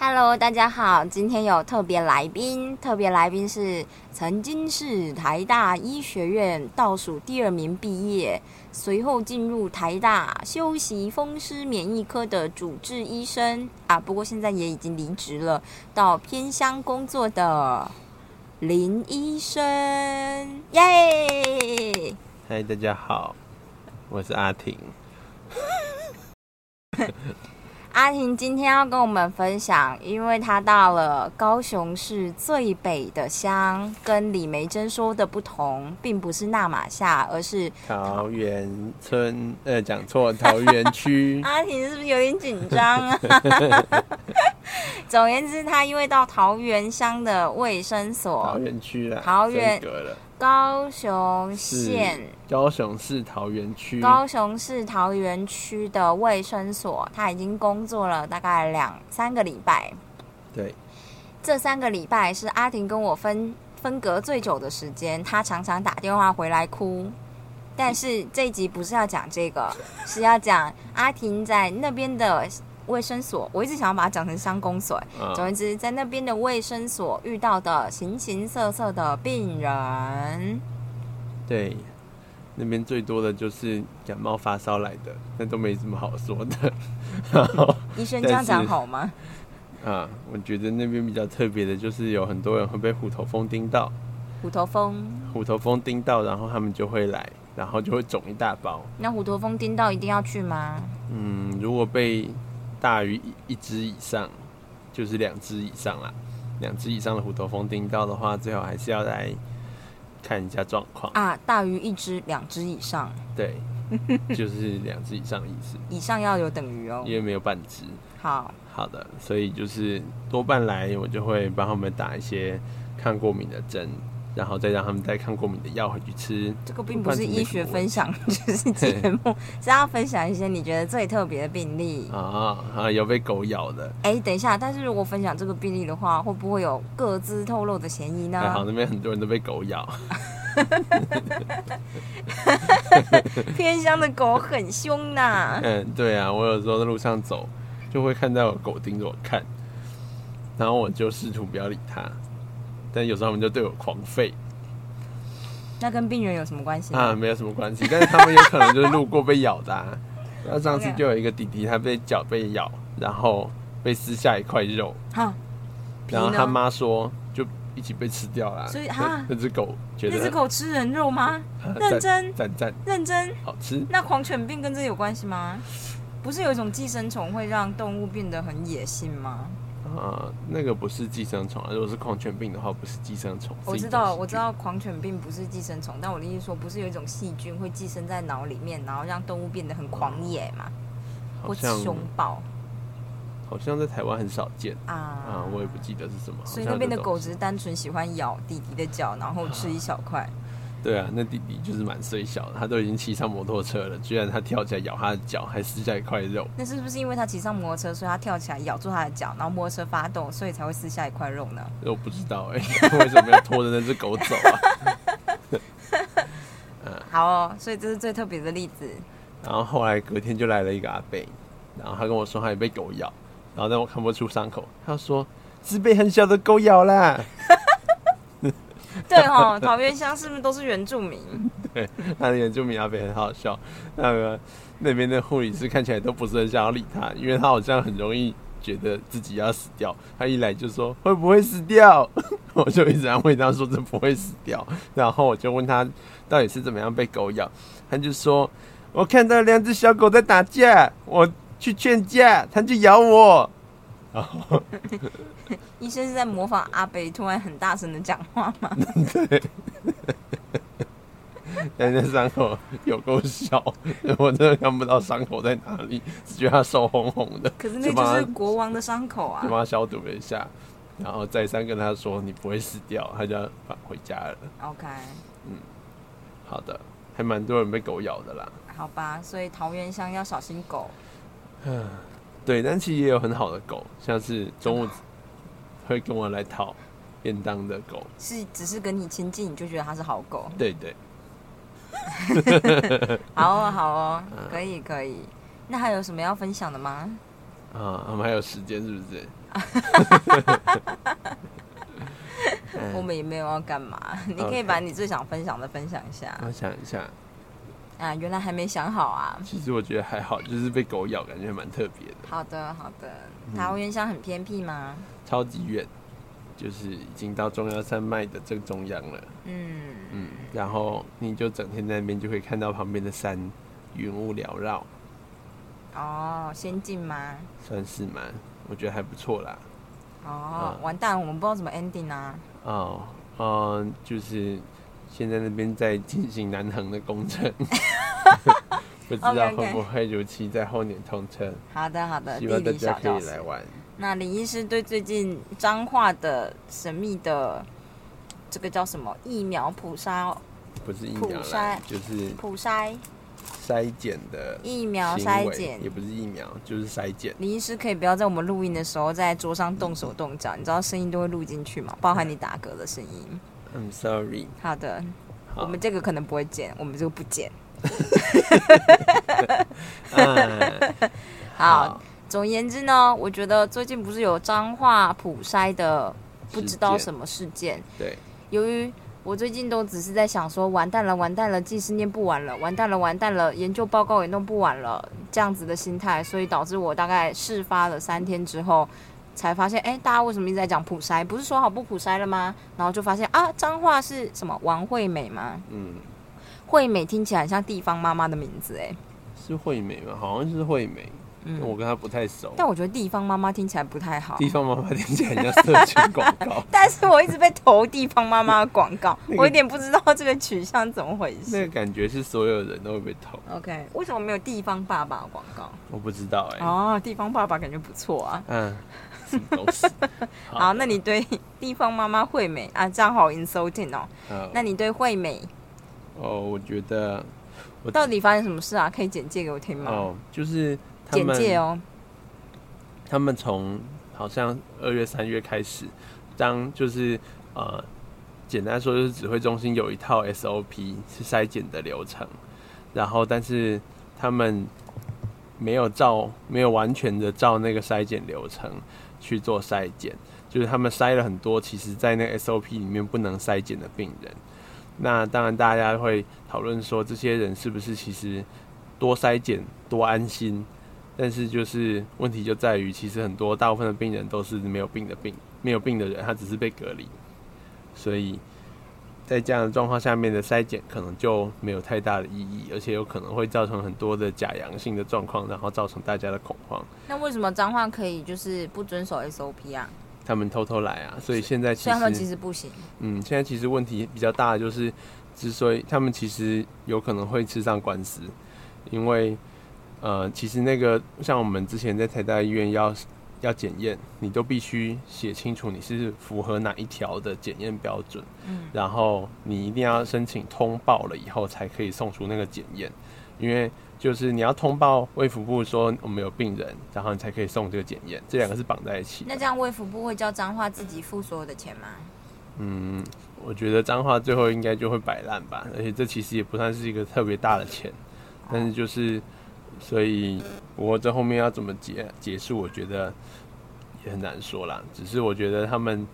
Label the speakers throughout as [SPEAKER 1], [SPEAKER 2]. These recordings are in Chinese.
[SPEAKER 1] Hello，大家好，今天有特别来宾，特别来宾是曾经是台大医学院倒数第二名毕业，随后进入台大修习风湿免疫科的主治医生啊，不过现在也已经离职了，到偏乡工作的林医生，耶、
[SPEAKER 2] 嗨，大家好，我是阿婷。
[SPEAKER 1] 阿婷今天要跟我们分享，因为她到了高雄市最北的乡，跟李梅珍说的不同，并不是纳马夏，而 是。
[SPEAKER 2] 桃园村，呃，讲错，桃园 区
[SPEAKER 1] 阿婷是不是有点紧张啊？ 总而言之，她因为到桃园乡的卫生
[SPEAKER 2] 桃
[SPEAKER 1] 所，
[SPEAKER 2] 园区啦，
[SPEAKER 1] 桃园
[SPEAKER 2] 升格了，
[SPEAKER 1] 高雄
[SPEAKER 2] 是
[SPEAKER 1] 县
[SPEAKER 2] 高雄市桃园区。
[SPEAKER 1] 高雄市桃园区的卫生所，她已经工作了大概两三个礼拜，
[SPEAKER 2] 对，
[SPEAKER 1] 这三个礼拜是阿婷跟我分分隔最久的时间，她常常打电话回来哭。但是这一集不是要讲这个，是要讲阿婷在那边的卫生所。我一直想要把它讲成乡公所，
[SPEAKER 2] 啊、
[SPEAKER 1] 总而言之，在那边的卫生所遇到的形形色色的病人。
[SPEAKER 2] 对，那边最多的就是感冒发烧来的，那都没什么好说的。 然后
[SPEAKER 1] 医生这样讲
[SPEAKER 2] 但是
[SPEAKER 1] 好吗？
[SPEAKER 2] 啊，我觉得那边比较特别的就是有很多人会被虎头蜂叮到，
[SPEAKER 1] 虎头蜂，
[SPEAKER 2] 虎头蜂叮到，然后他们就会来，然后就会肿一大包。
[SPEAKER 1] 那虎头蜂叮到一定要去吗？
[SPEAKER 2] 嗯，如果被大于一一只以上，就是两只以上啦，两只以上的虎头蜂叮到的话，最好还是要来看一下状况。
[SPEAKER 1] 啊，大于一只、两只以上，
[SPEAKER 2] 对， 就是两只以上的意思，
[SPEAKER 1] 以上要有等于哦
[SPEAKER 2] 因。为没有半只。
[SPEAKER 1] 好，
[SPEAKER 2] 好的，所以就是多半来，我就会帮他们打一些抗过敏的针，然后再让他们带抗过敏的药回去吃。
[SPEAKER 1] 这个并不是医学分 享，就是节目是要分享一些你觉得最特别的病例。
[SPEAKER 2] 啊啊，有被狗咬的，
[SPEAKER 1] 哎、等一下，但是如果分享这个病例的话，会不会有各自透露的嫌疑
[SPEAKER 2] 哎还
[SPEAKER 1] 呢？
[SPEAKER 2] 好那边很多人都被狗咬。
[SPEAKER 1] 偏乡的狗很凶呐、
[SPEAKER 2] 嗯，对啊，我有时候在路上走，就会看到有狗盯着我看，然后我就试图不要理它，但有时候他们就对我狂吠
[SPEAKER 1] 那跟病人有什么关系呢
[SPEAKER 2] 啊，没有什么关系，但是他们有可能就是路过被咬的、啊。然后上次就有一个弟弟，他被脚被咬，然后被撕下一块肉，
[SPEAKER 1] 哈，皮
[SPEAKER 2] 然后他
[SPEAKER 1] 呢？
[SPEAKER 2] 妈说就一起被吃掉了。
[SPEAKER 1] 所以
[SPEAKER 2] 那
[SPEAKER 1] 啊
[SPEAKER 2] 那只狗觉得
[SPEAKER 1] 那只狗吃人肉吗？
[SPEAKER 2] 啊
[SPEAKER 1] 认
[SPEAKER 2] 赞
[SPEAKER 1] 真
[SPEAKER 2] 赞赞
[SPEAKER 1] 认真？
[SPEAKER 2] 好吃，
[SPEAKER 1] 那狂犬病跟这有关系吗？不是有一种寄生虫会让动物变得很野性吗？
[SPEAKER 2] 啊，那个不是寄生虫啊，如果是狂犬病的话，不是寄生虫。
[SPEAKER 1] 我
[SPEAKER 2] 是一
[SPEAKER 1] 知
[SPEAKER 2] 种
[SPEAKER 1] 道，
[SPEAKER 2] 细
[SPEAKER 1] 我知
[SPEAKER 2] 菌
[SPEAKER 1] 道狂犬病不是寄生虫，但我的意思说，不是有一种细菌会寄生在脑里面，然后让动物变得很狂野嘛，
[SPEAKER 2] 好
[SPEAKER 1] 或
[SPEAKER 2] 像
[SPEAKER 1] 凶暴
[SPEAKER 2] 好像在台湾很少见
[SPEAKER 1] 啊？
[SPEAKER 2] 啊，我也不记得是什么。
[SPEAKER 1] 所以
[SPEAKER 2] 好像
[SPEAKER 1] 那边的
[SPEAKER 2] 这
[SPEAKER 1] 狗
[SPEAKER 2] 种
[SPEAKER 1] 只是单纯喜欢咬弟弟的脚，然后吃一小块。
[SPEAKER 2] 对啊，那弟弟就是蛮虽小的，他都已经骑上摩托车了，居然他跳起来咬他的脚，还撕下一块肉。
[SPEAKER 1] 那是不是因为他骑上摩托车，所以他跳起来咬住他的脚，然后摩托车发动，所以才会撕下一块肉呢？
[SPEAKER 2] 我不知道哎、 为什么要拖着那只狗走 啊？
[SPEAKER 1] 好哦，所以这是最特别的例子。
[SPEAKER 2] 然后后来隔天就来了一个阿贝，然后他跟我说他也被狗咬，然后但我看不出伤口，他说是被很小的狗咬啦。
[SPEAKER 1] 对哦，桃园乡是不是都是原住民？
[SPEAKER 2] 对，他的原住民阿北很啊好笑。那个那边的护理师看起来都不是很想要理他，因为他好像很容易觉得自己要死掉。他一来就说会不会死掉， 我就一直安慰他说这不会死掉。然后我就问他到底是怎么样被狗咬，他就说我看到两只小狗在打架，我去劝架，它就咬我。然后
[SPEAKER 1] 医生是在模仿阿北突然很大声的讲话吗？
[SPEAKER 2] 但是哎伤口有够小， 我真的看不到伤口在哪里，只觉得它手红红的。
[SPEAKER 1] 可是那
[SPEAKER 2] 就把
[SPEAKER 1] 就
[SPEAKER 2] 它
[SPEAKER 1] 是国王的伤口啊
[SPEAKER 2] 就！帮他消毒了一下，然后再三跟他说你不会死掉，他就要返回家了。
[SPEAKER 1] OK，
[SPEAKER 2] 好的，还蛮多人被狗咬的啦。
[SPEAKER 1] 好吧，所以桃园乡要小心狗。
[SPEAKER 2] 对，但其实也有很好的狗，像是中午会跟我来讨便当的狗。
[SPEAKER 1] 是只是跟你亲近，你就觉得它是好狗。
[SPEAKER 2] 对对，
[SPEAKER 1] 好哦，好 哦，
[SPEAKER 2] 嗯
[SPEAKER 1] 可以可以。那还有什么要分享的吗？
[SPEAKER 2] 啊，我们还有时间是不是？
[SPEAKER 1] 我们也没有要干 嘛，你可以
[SPEAKER 2] 嗯 OK
[SPEAKER 1] 把你最想分享的分享一下
[SPEAKER 2] 嗯我想一下，
[SPEAKER 1] 啊。原来还没想好啊。
[SPEAKER 2] 其实我觉得还好，就是被狗咬，感觉蛮特别的，
[SPEAKER 1] 好的，好的。
[SPEAKER 2] 嗯
[SPEAKER 1] 桃源乡很偏僻吗？
[SPEAKER 2] 超级远，就是已经到中央山脉的正中央了。
[SPEAKER 1] 嗯，
[SPEAKER 2] 嗯，然后你就整天在那边就会看到旁边的山云雾缭绕，
[SPEAKER 1] 哦，先进吗？
[SPEAKER 2] 算是蛮，我觉得还不错啦。
[SPEAKER 1] 哦，
[SPEAKER 2] 嗯
[SPEAKER 1] 完蛋，我们不知道怎么 ending 啊。
[SPEAKER 2] 哦，嗯、就是现在那边在进行南横的工 程，不知道
[SPEAKER 1] OK，OK
[SPEAKER 2] 会不会如期在后年通车，
[SPEAKER 1] 好的，好的，
[SPEAKER 2] 希
[SPEAKER 1] 呃地
[SPEAKER 2] 望大
[SPEAKER 1] 理
[SPEAKER 2] 家
[SPEAKER 1] 小
[SPEAKER 2] 可
[SPEAKER 1] 教
[SPEAKER 2] 以
[SPEAKER 1] 室
[SPEAKER 2] 来。玩。
[SPEAKER 1] 那李医师对最近彰化的神秘的这个叫什么疫苗普筛
[SPEAKER 2] 不是疫苗
[SPEAKER 1] 普
[SPEAKER 2] 啦
[SPEAKER 1] 筛，
[SPEAKER 2] 就是
[SPEAKER 1] 普筛
[SPEAKER 2] 筛检的
[SPEAKER 1] 疫苗
[SPEAKER 2] 行
[SPEAKER 1] 筛
[SPEAKER 2] 为
[SPEAKER 1] 检
[SPEAKER 2] 也，不是疫苗，就是筛检。
[SPEAKER 1] 李医师可以不要在我们录音的时候在桌上动手动脚，你知道声音都会录进去吗？包含你打嗝的声音。
[SPEAKER 2] I'm sorry，
[SPEAKER 1] 好的，
[SPEAKER 2] 好
[SPEAKER 1] 我们 这个可能不会剪，我们这个不剪。
[SPEAKER 2] 嗯
[SPEAKER 1] 好，总而言之呢，我觉得最近不是有彰化普筛的不知道
[SPEAKER 2] 事件
[SPEAKER 1] 什么事件，
[SPEAKER 2] 对，
[SPEAKER 1] 由于我最近都只是在想说，完蛋了，完蛋了，记事念不完了，完蛋了，完蛋了，研究报告也弄不完了，这样子的心态，所以导致我大概事发了三天之后，才发现，哎、大家为什么一直在讲普筛？不是说好不普筛了吗？然后就发现啊，彰化是什么王惠美吗？
[SPEAKER 2] 嗯，
[SPEAKER 1] 惠美听起来很像地方妈妈的名字、哎，
[SPEAKER 2] 是惠美吗？好像是惠美，但我
[SPEAKER 1] 嗯，
[SPEAKER 2] 跟她不太熟。
[SPEAKER 1] 但我觉得地方妈妈听起来不太好。，
[SPEAKER 2] 地方妈妈听起来很像社群广告
[SPEAKER 1] 但是我一直被投地方妈妈的广告，
[SPEAKER 2] 那个
[SPEAKER 1] 我有点不知道这个取向怎么回
[SPEAKER 2] 那
[SPEAKER 1] 事。
[SPEAKER 2] 个感觉是所有人都会被投。
[SPEAKER 1] OK，为什么没有地方爸爸的广告？
[SPEAKER 2] 我不知道哎、
[SPEAKER 1] 哦，地方爸爸感觉不错啊。
[SPEAKER 2] 嗯，什么 东西？
[SPEAKER 1] 好，那你对 地方妈妈惠美啊，这样好 insulting 哦。
[SPEAKER 2] 好
[SPEAKER 1] 那你对惠美
[SPEAKER 2] 嗯哦，我觉得我
[SPEAKER 1] 到底发生什么事啊？可以简介给我听吗？
[SPEAKER 2] 哦，就是他
[SPEAKER 1] 简
[SPEAKER 2] 们
[SPEAKER 1] 介哦。
[SPEAKER 2] 他们从好像二月、三月开始，当就是呃，简单说就是指挥中心有一套 SOP 是筛检的流程，然后但是他们没有照，没有完全的照那个筛检流程去做筛检，就是他们筛了很多，其实在那个 SOP 里面不能筛检的病人。那当然，大家会讨论说，这些人是不是其实多筛检多安心？但是就是问题就在于，其实很多大部分的病人都是没有病的病，没有病的人，他只是被隔离，所以在这样的状况下面的筛检可能就没有太大的意义，而且有可能会造成很多的假阳性的状况，然后造成大家的恐慌，
[SPEAKER 1] 那为什么彰化可以就是不遵守 SOP 啊？
[SPEAKER 2] 他们偷偷来啊，所以现在其
[SPEAKER 1] 所以他们其
[SPEAKER 2] 实，
[SPEAKER 1] 实不行。
[SPEAKER 2] 嗯，现在其实问题比较大的就是，之所以他们其实有可能会吃上官司，因为呃，其实那个像我们之前在台大医院要要检验，你都必须写清楚你是符合哪一条的检验标准，
[SPEAKER 1] 嗯
[SPEAKER 2] 然后你一定要申请通报了以后才可以送出那个检验，因为就是你要通报卫福部说我们有病人，然后你才可以送这个检验，这两个是绑在一起的。
[SPEAKER 1] 那这样卫福部会叫彰化自己付所有的钱吗？
[SPEAKER 2] 嗯，我觉得彰化最后应该就会摆烂吧，而且这其实也不算是一个特别大的钱，但是就是，所以不过这后面要怎么结结束，我觉得也很难说啦。只是我觉得他们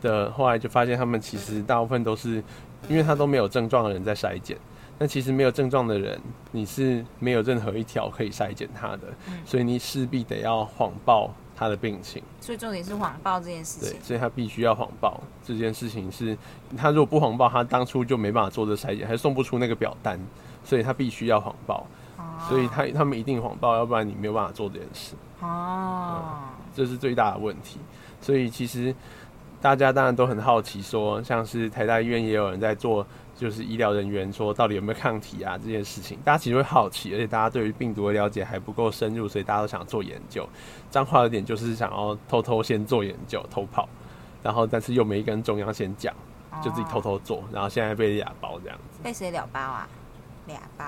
[SPEAKER 2] 的后来就发现，他们其实大部分都是因为他都没有症状的人在筛检。那其实没有症状的人，你是没有任何一条可以筛检他的，所以你势必得要谎报他的病情。
[SPEAKER 1] 所以重点是谎报这件事
[SPEAKER 2] 对
[SPEAKER 1] 情，。
[SPEAKER 2] 所以他必须要谎报这件事情是，他如果不谎报，他当初就没办法做这筛检，还送不出那个表单，所以他必须要谎报，
[SPEAKER 1] 哦
[SPEAKER 2] 所以他他们一定谎报，要不然你没有办法做这件事，
[SPEAKER 1] 哦，
[SPEAKER 2] 这是最大的问题。所以其实大家当然都很好奇说像是台大医院也有人在做。就是医疗人员说到底有没有抗体啊这件事情，大家其实会好奇，而且大家对于病毒的了解还不够深入，所以大家都想做研究。彰化有点就是想要偷偷先做研究，偷跑，然后但是又没跟中央先讲，就自己偷
[SPEAKER 1] 哦
[SPEAKER 2] 偷做，然后现在被哑包这样子，
[SPEAKER 1] 被谁了包啊？俩包，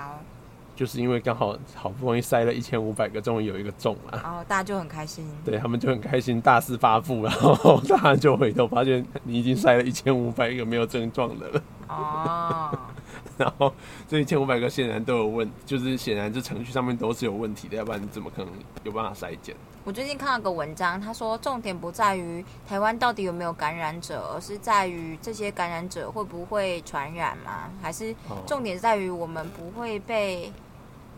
[SPEAKER 2] 就是因为刚好好不容易塞了一千五百个，终于有一个中啊了。
[SPEAKER 1] 然后哦大家就很开心。
[SPEAKER 2] 对他们就很开心，大肆发布，然后大家就回头发现你已经塞了一千五百个没有症状的了，
[SPEAKER 1] 哦，
[SPEAKER 2] 然后这一千五百个显然都有问，就是显然这程序上面都是有问题的，要不然你怎么可能有办法筛检？
[SPEAKER 1] 我最近看了个文章，他说重点不在于台湾到底有没有感染者，而是在于这些感染者会不会传染嘛？还是
[SPEAKER 2] 哦
[SPEAKER 1] 重点在于我们不会被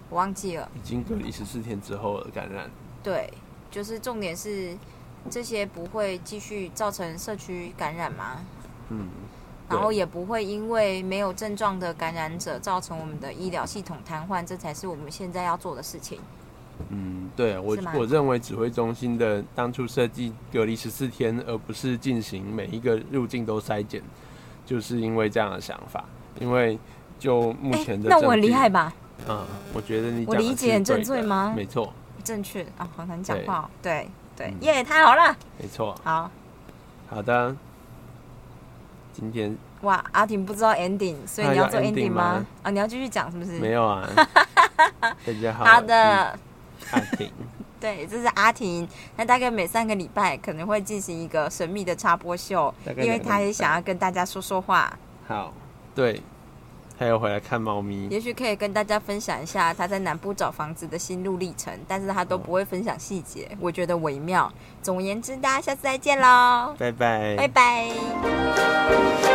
[SPEAKER 1] 我忘记了？
[SPEAKER 2] 已经隔离十四天之后的感染，
[SPEAKER 1] 对，就是重点是这些不会继续造成社区感染吗？
[SPEAKER 2] 嗯，对
[SPEAKER 1] 然后也不会因为没有症状的感染者造成我们的医疗系统瘫痪，这才是我们现在要做的事情。
[SPEAKER 2] 嗯，对我
[SPEAKER 1] 是吗
[SPEAKER 2] 我认为指挥中心的当初设计隔离十四天，而不是进行每一个入境都筛检，就是因为这样的想法。因为就目前的、
[SPEAKER 1] 那我很厉害？吧？
[SPEAKER 2] 嗯，我觉得你
[SPEAKER 1] 我
[SPEAKER 2] 讲的
[SPEAKER 1] 理
[SPEAKER 2] 是
[SPEAKER 1] 解很
[SPEAKER 2] 对
[SPEAKER 1] 正确
[SPEAKER 2] 的
[SPEAKER 1] 吗
[SPEAKER 2] 没错，
[SPEAKER 1] 正确啊，很难讲话哦。对对
[SPEAKER 2] 嗯，
[SPEAKER 1] 耶、太好了，
[SPEAKER 2] 没错。
[SPEAKER 1] 好。
[SPEAKER 2] 好的，今天
[SPEAKER 1] 哇，阿婷不知道 ending，所以
[SPEAKER 2] 啊
[SPEAKER 1] 你要做
[SPEAKER 2] 要 ending
[SPEAKER 1] ending
[SPEAKER 2] 吗
[SPEAKER 1] 吗？啊，你要继续讲是不是？
[SPEAKER 2] 没 有嗯啊。大家好，
[SPEAKER 1] 好，的，
[SPEAKER 2] 阿婷，
[SPEAKER 1] 对，这是阿婷。那大概每三个礼拜可能会进行一个神秘的插播秀，
[SPEAKER 2] 大概
[SPEAKER 1] 因为
[SPEAKER 2] 两个
[SPEAKER 1] 她也
[SPEAKER 2] 礼拜
[SPEAKER 1] 想要跟大家说说话，
[SPEAKER 2] 好，对，还有回来看猫 咪，
[SPEAKER 1] 也许可以跟大家分享一下她在南部找房子的心路历程，但是她
[SPEAKER 2] 嗯
[SPEAKER 1] 都不会分享细节，我觉得微妙。总而言之，大家下次再见喽，
[SPEAKER 2] 拜拜，
[SPEAKER 1] 拜拜。